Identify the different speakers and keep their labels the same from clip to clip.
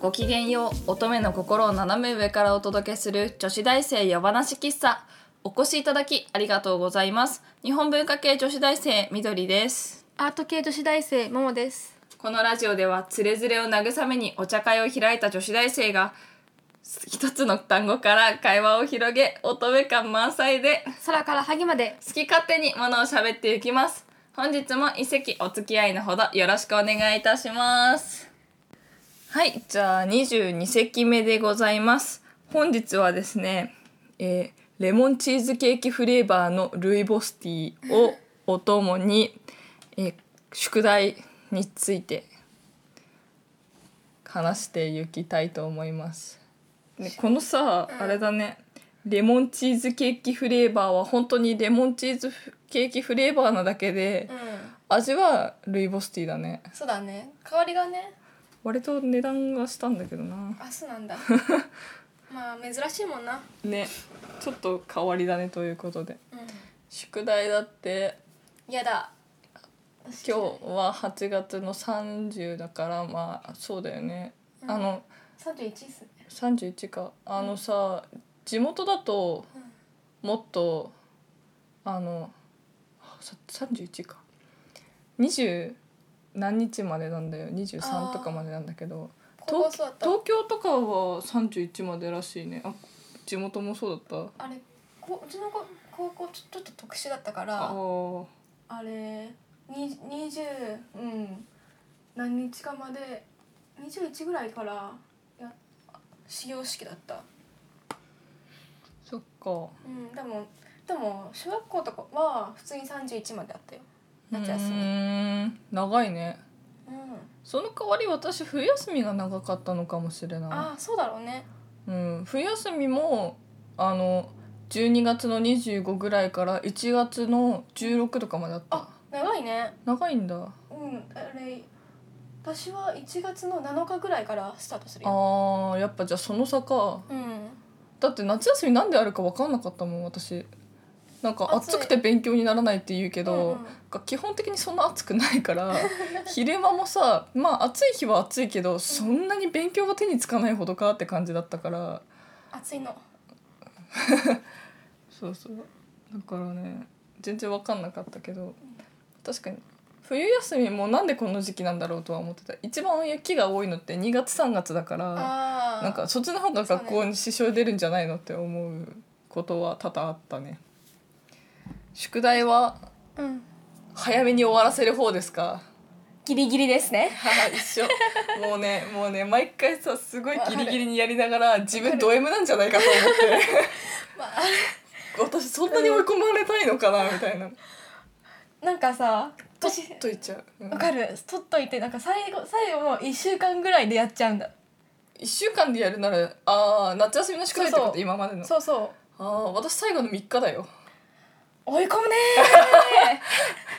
Speaker 1: ごきげんよう乙女の心を斜め上からお届けする女子大生夜話喫茶お越しいただきありがとうございます日本文化系女子大生みどりです
Speaker 2: アート系女子大生ももです
Speaker 1: このラジオではつれづれを慰めにお茶会を開いた女子大生が一つの単語から会話を広げ乙女感満載で
Speaker 2: 空から萩まで
Speaker 1: 好き勝手にものを喋っていきます本日も一席お付き合いのほどよろしくお願いいたしますはいじゃあ22席目でございます本日はですね、えーレモンチーズケーキフレーバーのルイボスティーをお供に、えー宿題について話していきたいと思います、ね、このさ、あれだねレモンチーズケーキフレーバーは本当にレモンチーズケーキフレーバーなだけで、
Speaker 2: うん
Speaker 1: 味はルイボスティーだね
Speaker 2: そうだね香りがね
Speaker 1: 割と値段がしたんだけどな
Speaker 2: あそう なんだまあ珍しいもんな
Speaker 1: ねちょっと変わり種ということで
Speaker 2: うん
Speaker 1: 宿題だって
Speaker 2: やだ
Speaker 1: 今日は8月の30だからまあそうだよね、あの
Speaker 2: 31っすね
Speaker 1: 31かあのさ、地元だともっとあのさ31か20何日までなんだよ23とかまでなんだけど
Speaker 2: 高校そうだった
Speaker 1: 東京とかは31までらしいねあ地元もそうだった
Speaker 2: あれこうちの子高校ちょちょっと特殊だったか
Speaker 1: ああ
Speaker 2: らあ
Speaker 1: ー
Speaker 2: れに20うん何日かまで21ぐらいからや始業式だった
Speaker 1: そっか
Speaker 2: うんでもでも小学校とかは普通に31まであったよ夏休み
Speaker 1: うーん長いね
Speaker 2: うん
Speaker 1: その代わり私冬休みが長かったのかもしれない
Speaker 2: ああそうだろうね
Speaker 1: うん、冬休みもあの12月の25ぐらいから1月の16とかまであった
Speaker 2: あ長いね
Speaker 1: 長いんだあ
Speaker 2: うんあれ私は1月の7日ぐらいからスタートするよ
Speaker 1: ーやっぱじゃあその差か
Speaker 2: うん
Speaker 1: だって夏休みなんであるか分かんなかったもん私なんか
Speaker 2: 暑い
Speaker 1: 暑くて勉強にならないって言うけど、
Speaker 2: うんうん
Speaker 1: なんか基本的にそんな暑くないから 昼間もさまあ暑い日は暑いけどそんなに勉強が手につかないほどかって感じだったから
Speaker 2: 暑いの
Speaker 1: そうそうだからね全然分かんなかったけど確かに冬休みもなんでこの時期なんだろうとは思ってた一番雪が多いのって2月3月だから
Speaker 2: ああ
Speaker 1: なんかそっちの方が学校に支障出るんじゃないのって思うことは多々あったね宿題は
Speaker 2: うん
Speaker 1: 早めに終わらせる方ですか
Speaker 2: ギリギリですね
Speaker 1: はい 一緒 もうねもうね毎回さすごいギリギリにやりなが ら自分ド M なんじゃないかと思って
Speaker 2: まあ
Speaker 1: 私そんなに追い込まれたいのかなみたいな
Speaker 2: なんかさ
Speaker 1: とっ
Speaker 2: 私
Speaker 1: といちゃう、うん
Speaker 2: わかる取っといてなんか最後最後の1週間ぐらいでやっちゃうんだ
Speaker 1: 1週間でやるならあー夏休みの宿題ってこと
Speaker 2: そうそう
Speaker 1: 今までの
Speaker 2: そうそう
Speaker 1: ああ私最後の3日だよ
Speaker 2: 追い込むね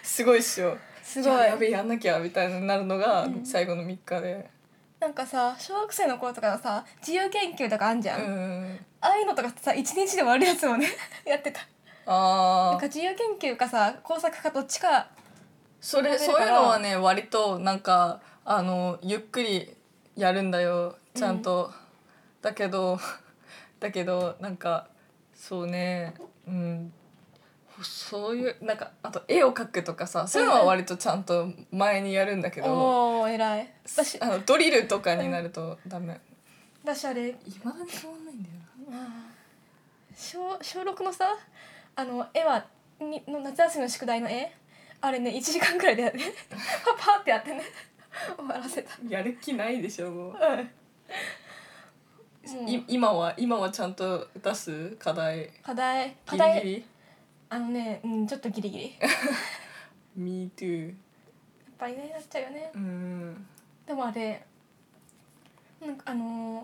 Speaker 2: ー
Speaker 1: すごいっしょ
Speaker 2: す
Speaker 1: や
Speaker 2: ご
Speaker 1: や
Speaker 2: い
Speaker 1: べえやんなきゃみたいになるのが最後の3日で
Speaker 2: なんかさ小学生の頃とかのさ自由研究とかあんじゃ、
Speaker 1: うん
Speaker 2: あ
Speaker 1: ん
Speaker 2: あいうのとかさ一日で終わるやつをね やってたな
Speaker 1: あ
Speaker 2: んか
Speaker 1: あ
Speaker 2: 自由研究かさ工作かどっちか
Speaker 1: それそういうのはね割となんかあのゆっくりやるんだよちゃんと、だけど だけどなんかそうねうんそういうなんかあと絵を描くとかさそういうのは割とちゃんと前にやるんだけど、
Speaker 2: おお偉い私
Speaker 1: あのドリルとかになるとダメ。
Speaker 2: 私あれ
Speaker 1: いまだに変わんないんだよ
Speaker 2: 小小6のさあの絵はにの夏休みの宿題の絵あれね1時間くらいでやって パパってやってね 終わらせた
Speaker 1: な。やる気ないでしょもう。
Speaker 2: うん
Speaker 1: い今は今はちゃんと出す課題。
Speaker 2: 課題課
Speaker 1: ギ
Speaker 2: 題
Speaker 1: リギ
Speaker 2: あのねうんちょっとギリギリやっ
Speaker 1: リ。Me too。
Speaker 2: ぱりねなっちゃうよね
Speaker 1: うん。
Speaker 2: でもあれなんかあのー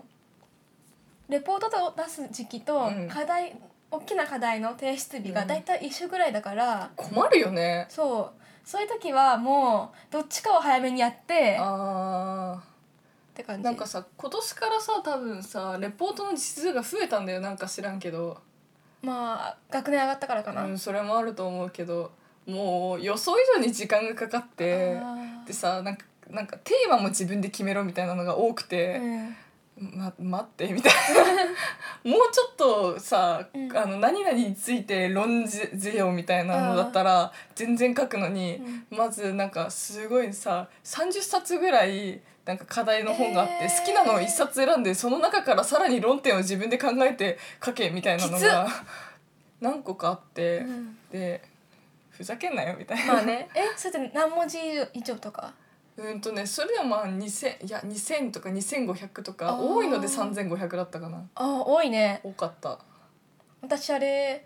Speaker 2: レポートと出す時期と
Speaker 1: うん
Speaker 2: 課題、大きな課題の提出日
Speaker 1: う
Speaker 2: が
Speaker 1: ん
Speaker 2: だいたい一緒ぐらいだから、
Speaker 1: 困るよね。
Speaker 2: そうそういう時はもうどっちかを早めにやって
Speaker 1: あ
Speaker 2: って感
Speaker 1: あ。
Speaker 2: じ
Speaker 1: なんかさ今年からさ多分さレポートの実数が増えたんだよなんか知らんけど。
Speaker 2: まあ学年上がったからかな、
Speaker 1: うんそれもあると思うけど、もう予想以上に時間がかかって
Speaker 2: あー
Speaker 1: でさなんかなんかテーマも自分で決めろみたいなのが多くて。
Speaker 2: うん
Speaker 1: ま、待ってみたい なもうちょっとさ、
Speaker 2: うん
Speaker 1: あの何々について論じようみたいなのだったら全然書くのに、まずなんかすごいさ30冊ぐらいなんか課題の本があって、
Speaker 2: えー
Speaker 1: 好きなのを1冊選んでその中からさらに論点を自分で考えて書けみたいなのが何個かあって、
Speaker 2: うん
Speaker 1: でふざけんなよみたいな。
Speaker 2: まあねえそれって何文字以上以上とか
Speaker 1: うんとねそれではまあ2000いや2000とか2500とか
Speaker 2: あー
Speaker 1: 多いので3500だったかな
Speaker 2: あー多いね
Speaker 1: 多かった
Speaker 2: 私あれ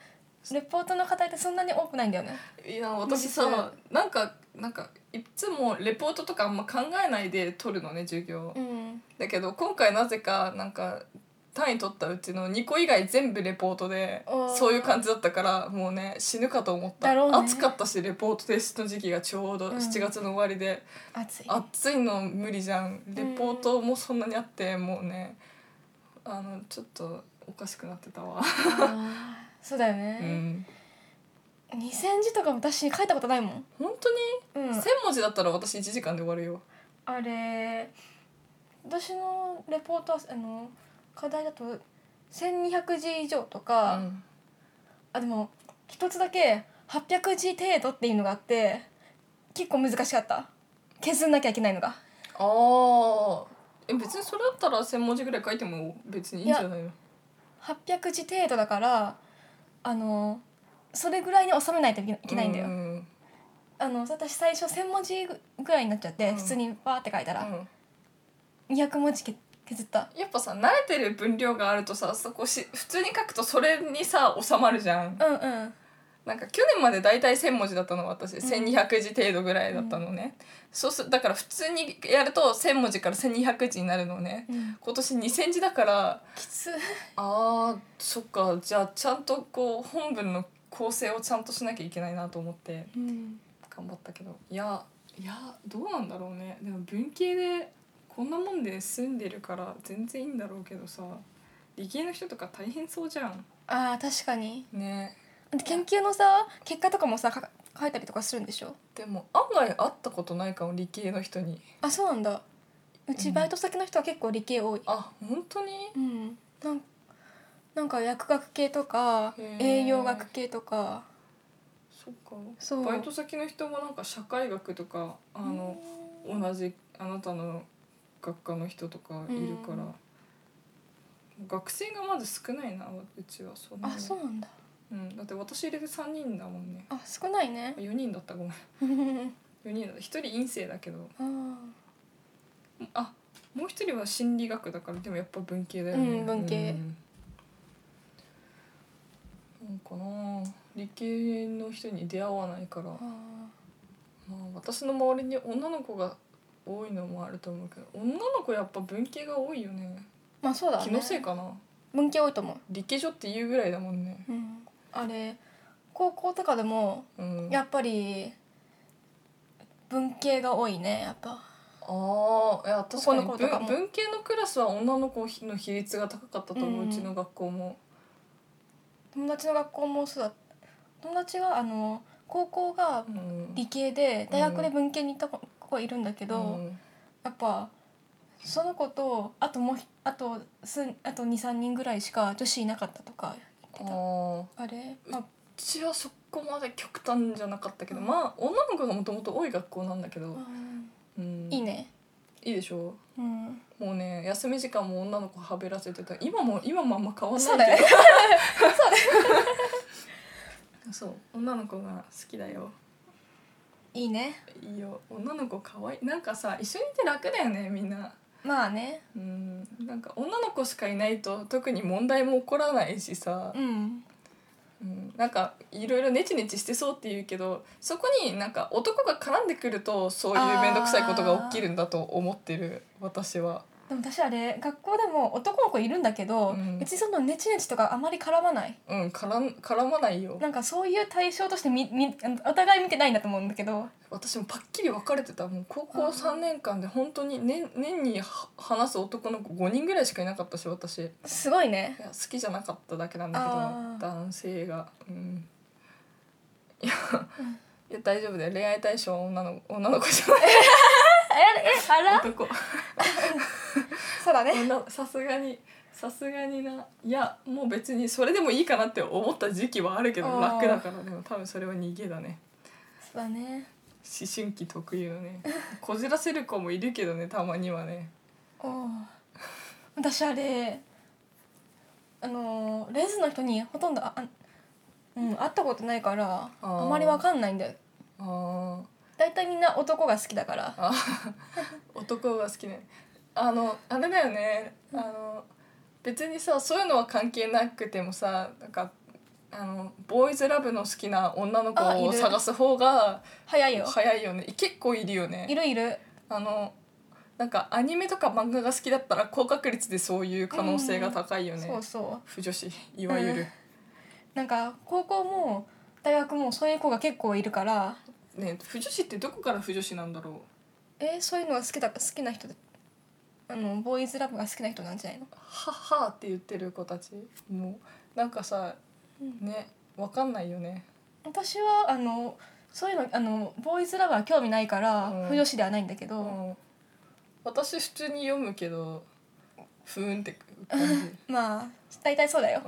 Speaker 2: レポートの課題ってそんなに多くないんだよね
Speaker 1: いや私
Speaker 2: 短
Speaker 1: さなんかなんかいつもレポートとかあんま考えないで取るのね授業、
Speaker 2: うん
Speaker 1: だけど今回なぜかなんか単位取ったうちの2個以外全部レポートで
Speaker 2: あー
Speaker 1: そういう感じだったからもうね死ぬかと思った、
Speaker 2: だろうね
Speaker 1: 暑かったしレポート提出の時期がちょうど
Speaker 2: うん
Speaker 1: 7月の終わりで、
Speaker 2: 暑い
Speaker 1: 暑いの無理じゃんレポートもそんなにあって、もうねあのちょっとおかしくなってたわ、
Speaker 2: あーそうだよ
Speaker 1: う
Speaker 2: ね、
Speaker 1: ん、
Speaker 2: 二千2000字とか私書いたことないもん、
Speaker 1: 本当に、
Speaker 2: うん、
Speaker 1: 1,000文字だったら私1時間で終わるよ
Speaker 2: あれ私のレポートはあの課題だと1200字以上とか、
Speaker 1: うん
Speaker 2: あでも一つだけ800字程度っていうのがあって結構難しかった削んなきゃいけないのが
Speaker 1: ああえ別にそれだったら1,000文字ぐらい書いても別にいいんじゃないの
Speaker 2: 800字程度だからあのそれぐらいに収めないといけいけないんだよ、
Speaker 1: うんうん
Speaker 2: あの私最初1,000文字ぐらいになっちゃって、
Speaker 1: うん
Speaker 2: 普通にバーって書いたら、
Speaker 1: うん
Speaker 2: 200文字け削った
Speaker 1: やっぱさ慣れてる分量があるとさそこし普通に書くとそれにさ収まるじゃん
Speaker 2: うんうん
Speaker 1: なんか去年までだいたい1,000文字だったの私、1,200字程度ぐらいだったのね、そうすだから普通にやると1,000文字から1,200字になるのね、
Speaker 2: うん
Speaker 1: 今年2,000字だから
Speaker 2: きつ
Speaker 1: あーそっかじゃあちゃんとこう本文の構成をちゃんとしなきゃいけないなと思って
Speaker 2: うん
Speaker 1: 頑張ったけどいやいやどうなんだろうねでも文系でこんなもんで済んでるから全然いいんだろうけどさ理系の人とか大変そうじゃん
Speaker 2: あー確かに
Speaker 1: ね
Speaker 2: で研究のさ結果とかもさか書いたりとかするんでしょ
Speaker 1: でも案外会ったことないかも理系の人に。
Speaker 2: あそうなんだう
Speaker 1: う
Speaker 2: ち
Speaker 1: ん
Speaker 2: バイト先の人は結構理系多い
Speaker 1: あ本当に
Speaker 2: うんなんなんか薬学系とか
Speaker 1: へー
Speaker 2: 栄養学系とか
Speaker 1: そっか
Speaker 2: そう
Speaker 1: バイト先の人もなんか社会学とかあの同じあなたの学科の人とかいるから、学生がまず少ないなうちはそんなに
Speaker 2: あそうなんだ
Speaker 1: うん、だって私入れて3人だもんね
Speaker 2: あ少ないね
Speaker 1: 4人だったごめん4人だった1人院生だけど
Speaker 2: あー
Speaker 1: あもう一人は心理学だからでもやっぱ文系だよ
Speaker 2: うん文系
Speaker 1: うんなんかな理系の人に出会わないから、ま
Speaker 2: あー
Speaker 1: あ、私の周りに女の子が多いのもあると思うけど女の子やっぱ文系が多いよね
Speaker 2: まあそうだね
Speaker 1: 気のせいかな
Speaker 2: 文系多いと思
Speaker 1: 理系女って言うぐらいだもんね
Speaker 2: う、うん、あれ高校とかでも
Speaker 1: うん
Speaker 2: やっぱり文系が多いねやっぱ
Speaker 1: ああいや確かに
Speaker 2: ここの子とかも
Speaker 1: 文文系のクラスは女の子の比率が高かったと思う、
Speaker 2: う
Speaker 1: うんちの学校も
Speaker 2: 友達の学校もそうだ友達はあの高校が
Speaker 1: うん
Speaker 2: 理系で大学で文系に行った子子いるんだけど、
Speaker 1: うん
Speaker 2: やっぱその子とあともうひあと数あと23人ぐらいしか女子いなかったとか
Speaker 1: あ
Speaker 2: 言って
Speaker 1: ー
Speaker 2: たあれ、まあ
Speaker 1: うちはそこまで極端じゃなかったけど、
Speaker 2: うん
Speaker 1: まあ女の子がもともと多い学校なんだけど、うん
Speaker 2: いいね
Speaker 1: いいでしょ
Speaker 2: うん
Speaker 1: うもうね休み時間も女の子はべらせてた今も今もあんま変わんない
Speaker 2: そうだよね
Speaker 1: そう女の子が好きだよ
Speaker 2: いいね
Speaker 1: いいよ女の子可愛いなんかさ一緒にいて楽だよねみんな
Speaker 2: まあね
Speaker 1: うんなんか女の子しかいないと特に問題も起こらないしさ
Speaker 2: う、ん
Speaker 1: うん、なんかいろいろネチネチしてそうって言うけどそこになんか男が絡んでくるとそういう面倒くさいことが起きるんだと思ってる私は
Speaker 2: でも私あれ学校でも男の子いるんだけど、
Speaker 1: うん
Speaker 2: 別にそのネチネチとかあまり絡まない
Speaker 1: うん絡ん絡まないよ
Speaker 2: なんかそういう対象としてみみあのお互い見てないんだと思うんだけど
Speaker 1: 私もパッキリ別れてたもう高校
Speaker 2: あー
Speaker 1: 3年間で本当に年年には話す男の子5人ぐらいしかいなかったし私い
Speaker 2: すごいね
Speaker 1: や好きじゃなかっただけなんだけ
Speaker 2: あー
Speaker 1: ど男性がうんいやいや大丈夫だよ恋愛対象は女の女の子じゃない
Speaker 2: あれえあら
Speaker 1: 男
Speaker 2: そうだね
Speaker 1: なさすがにさすがにないやもう別にそれでもいいかなって思った時期はあるけ
Speaker 2: あ
Speaker 1: ど
Speaker 2: ー
Speaker 1: 楽だからでも多分それは逃げだね
Speaker 2: そうだね
Speaker 1: 思春期特有のねこじらせる子もいるけどねたまにはね
Speaker 2: おー私あれあのーレズの人にほとんどあ、あうん、会ったことないから
Speaker 1: あー
Speaker 2: あまりわかんないんだよ
Speaker 1: あー
Speaker 2: 大体みんな男が好きだから
Speaker 1: あー男が好きねあのあれだよねあの別にさそういうのは関係なくてもさなんかあのボーイズラブの好きな女の子
Speaker 2: あい
Speaker 1: を
Speaker 2: る
Speaker 1: 探す方が
Speaker 2: 早いよ
Speaker 1: 早いよね結構いるよね
Speaker 2: いるいる
Speaker 1: あのなんかアニメとか漫画が好きだったら高確率でそういう可能性が高いよね、
Speaker 2: そうそう
Speaker 1: 不女子いわゆる、
Speaker 2: なんか高校も大学もそういう子が結構いるから
Speaker 1: ね不女子ってどこから不女子なんだろう
Speaker 2: えーそういうのが好きだ好きな人であのボーイズラブが好きな人なんじゃないの
Speaker 1: ははって言ってる子たちもうなんかさねわかんないよね
Speaker 2: 私はあのそういうのあのボーイズラブは興味ないから、
Speaker 1: うん
Speaker 2: 不女子ではないんだけど、
Speaker 1: うん私普通に読むけどふーんって感じ
Speaker 2: まあ大体そうだよ、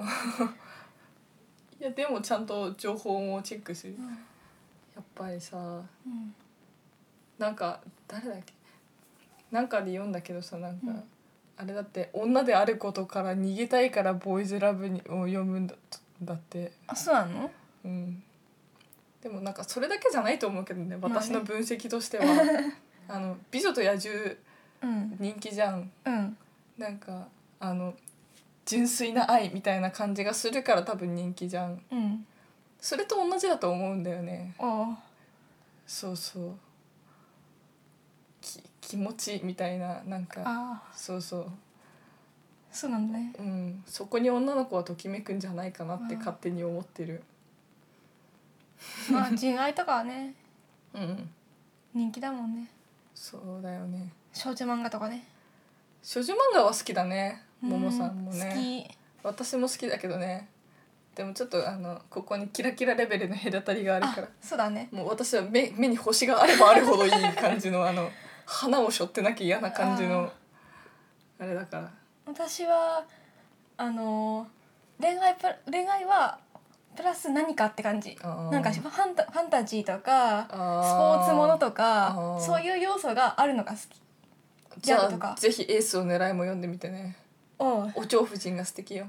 Speaker 1: いやでもちゃんと情報もチェックするやっぱりさ
Speaker 2: うん
Speaker 1: なんか誰だっけなんかで読んだけどさなんか、
Speaker 2: うん
Speaker 1: あれだって女であることから逃げたいからボーイズラブにを読むんだだって
Speaker 2: あそうなの
Speaker 1: うんでもなんかそれだけじゃないと思うけどね
Speaker 2: あね
Speaker 1: 私の分析としては、 あの「美女と野獣
Speaker 2: うん」
Speaker 1: 人気じゃん
Speaker 2: うん
Speaker 1: なんかあの純粋な愛みたいな感じがするから多分人気じゃん
Speaker 2: うん
Speaker 1: それと同じだと思うんだよね
Speaker 2: おう
Speaker 1: そうそうき気持ちみたいななんか
Speaker 2: ああ
Speaker 1: そうそう、
Speaker 2: そうなんだね
Speaker 1: うん、そこに女の子はときめくんじゃないかなって
Speaker 2: うん
Speaker 1: 勝手に思ってる。
Speaker 2: まあ人愛とかはね
Speaker 1: うん、
Speaker 2: 人気だもんね
Speaker 1: そうだよね。
Speaker 2: 少女漫画とかね
Speaker 1: 少女漫画は好きだね。ももさんも
Speaker 2: う
Speaker 1: ね。
Speaker 2: 好き
Speaker 1: 私も好きだけどね。でもちょっとあのここにキラキラレベルの隔たりがある
Speaker 2: あ
Speaker 1: から、
Speaker 2: そうだね
Speaker 1: もう私は目目に星があればあるほどいい感じのあの花を背負ってなきゃ嫌な感じのあれだから。
Speaker 2: 私はあの恋愛プラ恋愛はプラス何かって感じ
Speaker 1: あー
Speaker 2: なんかファンタファンタジーとかスポ
Speaker 1: あー
Speaker 2: ーツものと
Speaker 1: あ
Speaker 2: か
Speaker 1: ー
Speaker 2: そういう要素があるのが好き
Speaker 1: じゃ
Speaker 2: ギャグと
Speaker 1: あ
Speaker 2: か
Speaker 1: ぜひエースを狙いも読んでみてね。
Speaker 2: おう
Speaker 1: お蝶夫人が素敵よ。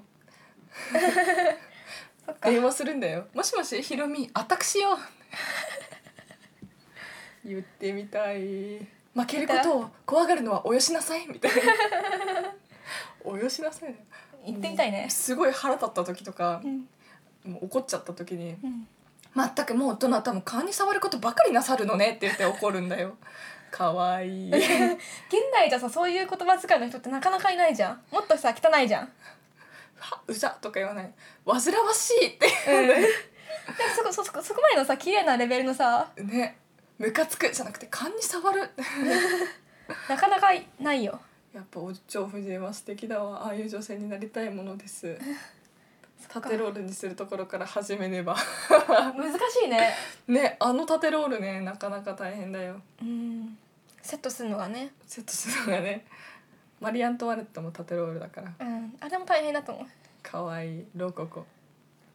Speaker 2: そっか
Speaker 1: 電話するんだよ。もしもし、ひろみ、あたくし よ。言ってみたい。負けることを怖がるのはおよしなさいみたいな。およしなさいね。
Speaker 2: 行ってみたいね
Speaker 1: すごい腹立った時とか
Speaker 2: う、ん
Speaker 1: もう怒っちゃった時に。
Speaker 2: うん
Speaker 1: まったくもうどなたも顔に触ることばかりなさるのねって言って怒るんだよ。かわいい。
Speaker 2: 現代じゃさそういう言葉遣いの人ってなかなかいないじゃんもっとさ汚いじゃん
Speaker 1: はうざとか言わない。煩わしいって。
Speaker 2: でそこそそこそこまでのさ綺麗なレベルのさ
Speaker 1: ね。ムカつくじゃなくて勘に触る。
Speaker 2: なかなかいないよ
Speaker 1: やっぱお嬢夫人は素敵だわああいう女性になりたいもの です
Speaker 2: か
Speaker 1: 縦ロールにするところから始めねば
Speaker 2: 難しいね
Speaker 1: ねあの縦ロールねなかなか大変だよ
Speaker 2: うんセットするのがね
Speaker 1: セットするのがねマリーアントワレットも縦ロールだから
Speaker 2: うんあれも大変だと思う
Speaker 1: かわいいロココ、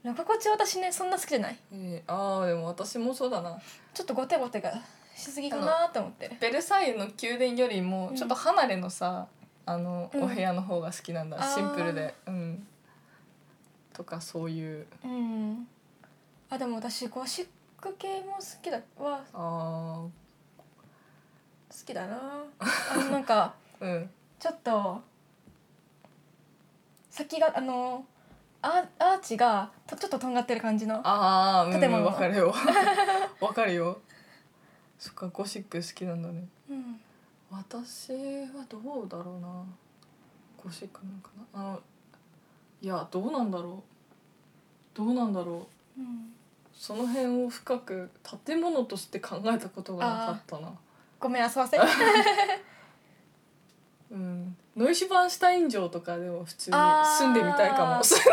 Speaker 2: ロカコチ私ねそんな好きじゃない
Speaker 1: えー、あーでも私もそうだな
Speaker 2: ちょっとゴテゴテがしすぎかなと思ってる
Speaker 1: ベルサイユの宮殿よりも
Speaker 2: うん
Speaker 1: ちょっと離れのさ、あの
Speaker 2: うん
Speaker 1: お部屋の方が好きなんだ、
Speaker 2: あー
Speaker 1: シンプルでうんとかそういう
Speaker 2: うんあでも私ゴシック系も好きだは
Speaker 1: あ
Speaker 2: 好きだなあのなんか
Speaker 1: ーうん
Speaker 2: ちょっと先があのアアーチがとちょっととんがってる感じの
Speaker 1: ああ、
Speaker 2: 建
Speaker 1: うん、
Speaker 2: 物
Speaker 1: わかるよ。 わかるよ。そっか、ゴシック好きなんだね。
Speaker 2: うん
Speaker 1: 私はどうだろうな。ゴシックなのかな。あの。いや、どうなんだろう。どうなんだろう。
Speaker 2: うん
Speaker 1: その辺を深く建物として考えたことがなかったな。
Speaker 2: ごめん遊 ばせ
Speaker 1: うん、ノイシュバンシュタイン城とかでも普通に
Speaker 2: あー
Speaker 1: 住んでみたいかも住んで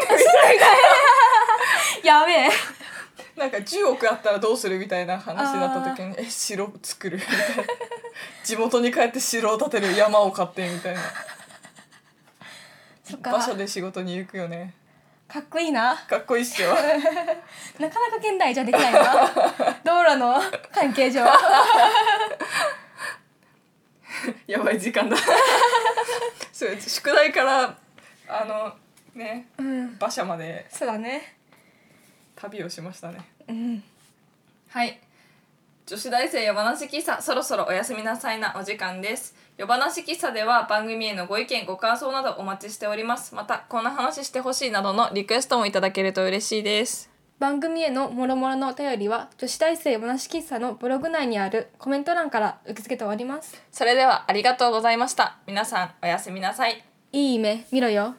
Speaker 2: やべ え
Speaker 1: なんか10億あったらどうするみたいな話になった時に「え城 作る」みたいな地元に帰って城を建てる山を買ってみたいな
Speaker 2: そっか
Speaker 1: 場所で仕事に行くよね
Speaker 2: かっこいいな
Speaker 1: かっこいいっす よ
Speaker 2: なかなか現代じゃできないな 道路の関係上
Speaker 1: やばい時間だ そう宿題からあのね
Speaker 2: うん
Speaker 1: 馬車まで
Speaker 2: そうだね
Speaker 1: 旅をしましたね
Speaker 2: うん
Speaker 1: はい女子大生夜話喫茶そろそろおやすみなさいなお時間です夜話喫茶では番組へのご意見ご感想などお待ちしておりますまたこんな話してほしいなどのリクエストもいただけると嬉しいです
Speaker 2: 番組への諸々のお便りは女子大生もなし喫茶のブログ内にあるコメント欄から受け付けております
Speaker 1: それではありがとうございました皆さんおやすみなさい
Speaker 2: いい夢見ろよ